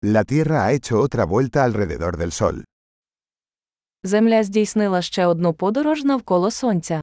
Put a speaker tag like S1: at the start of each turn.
S1: La Tierra ha hecho otra vuelta alrededor del Sol.
S2: Земля здійснила ще одну подорож навколо Сонця.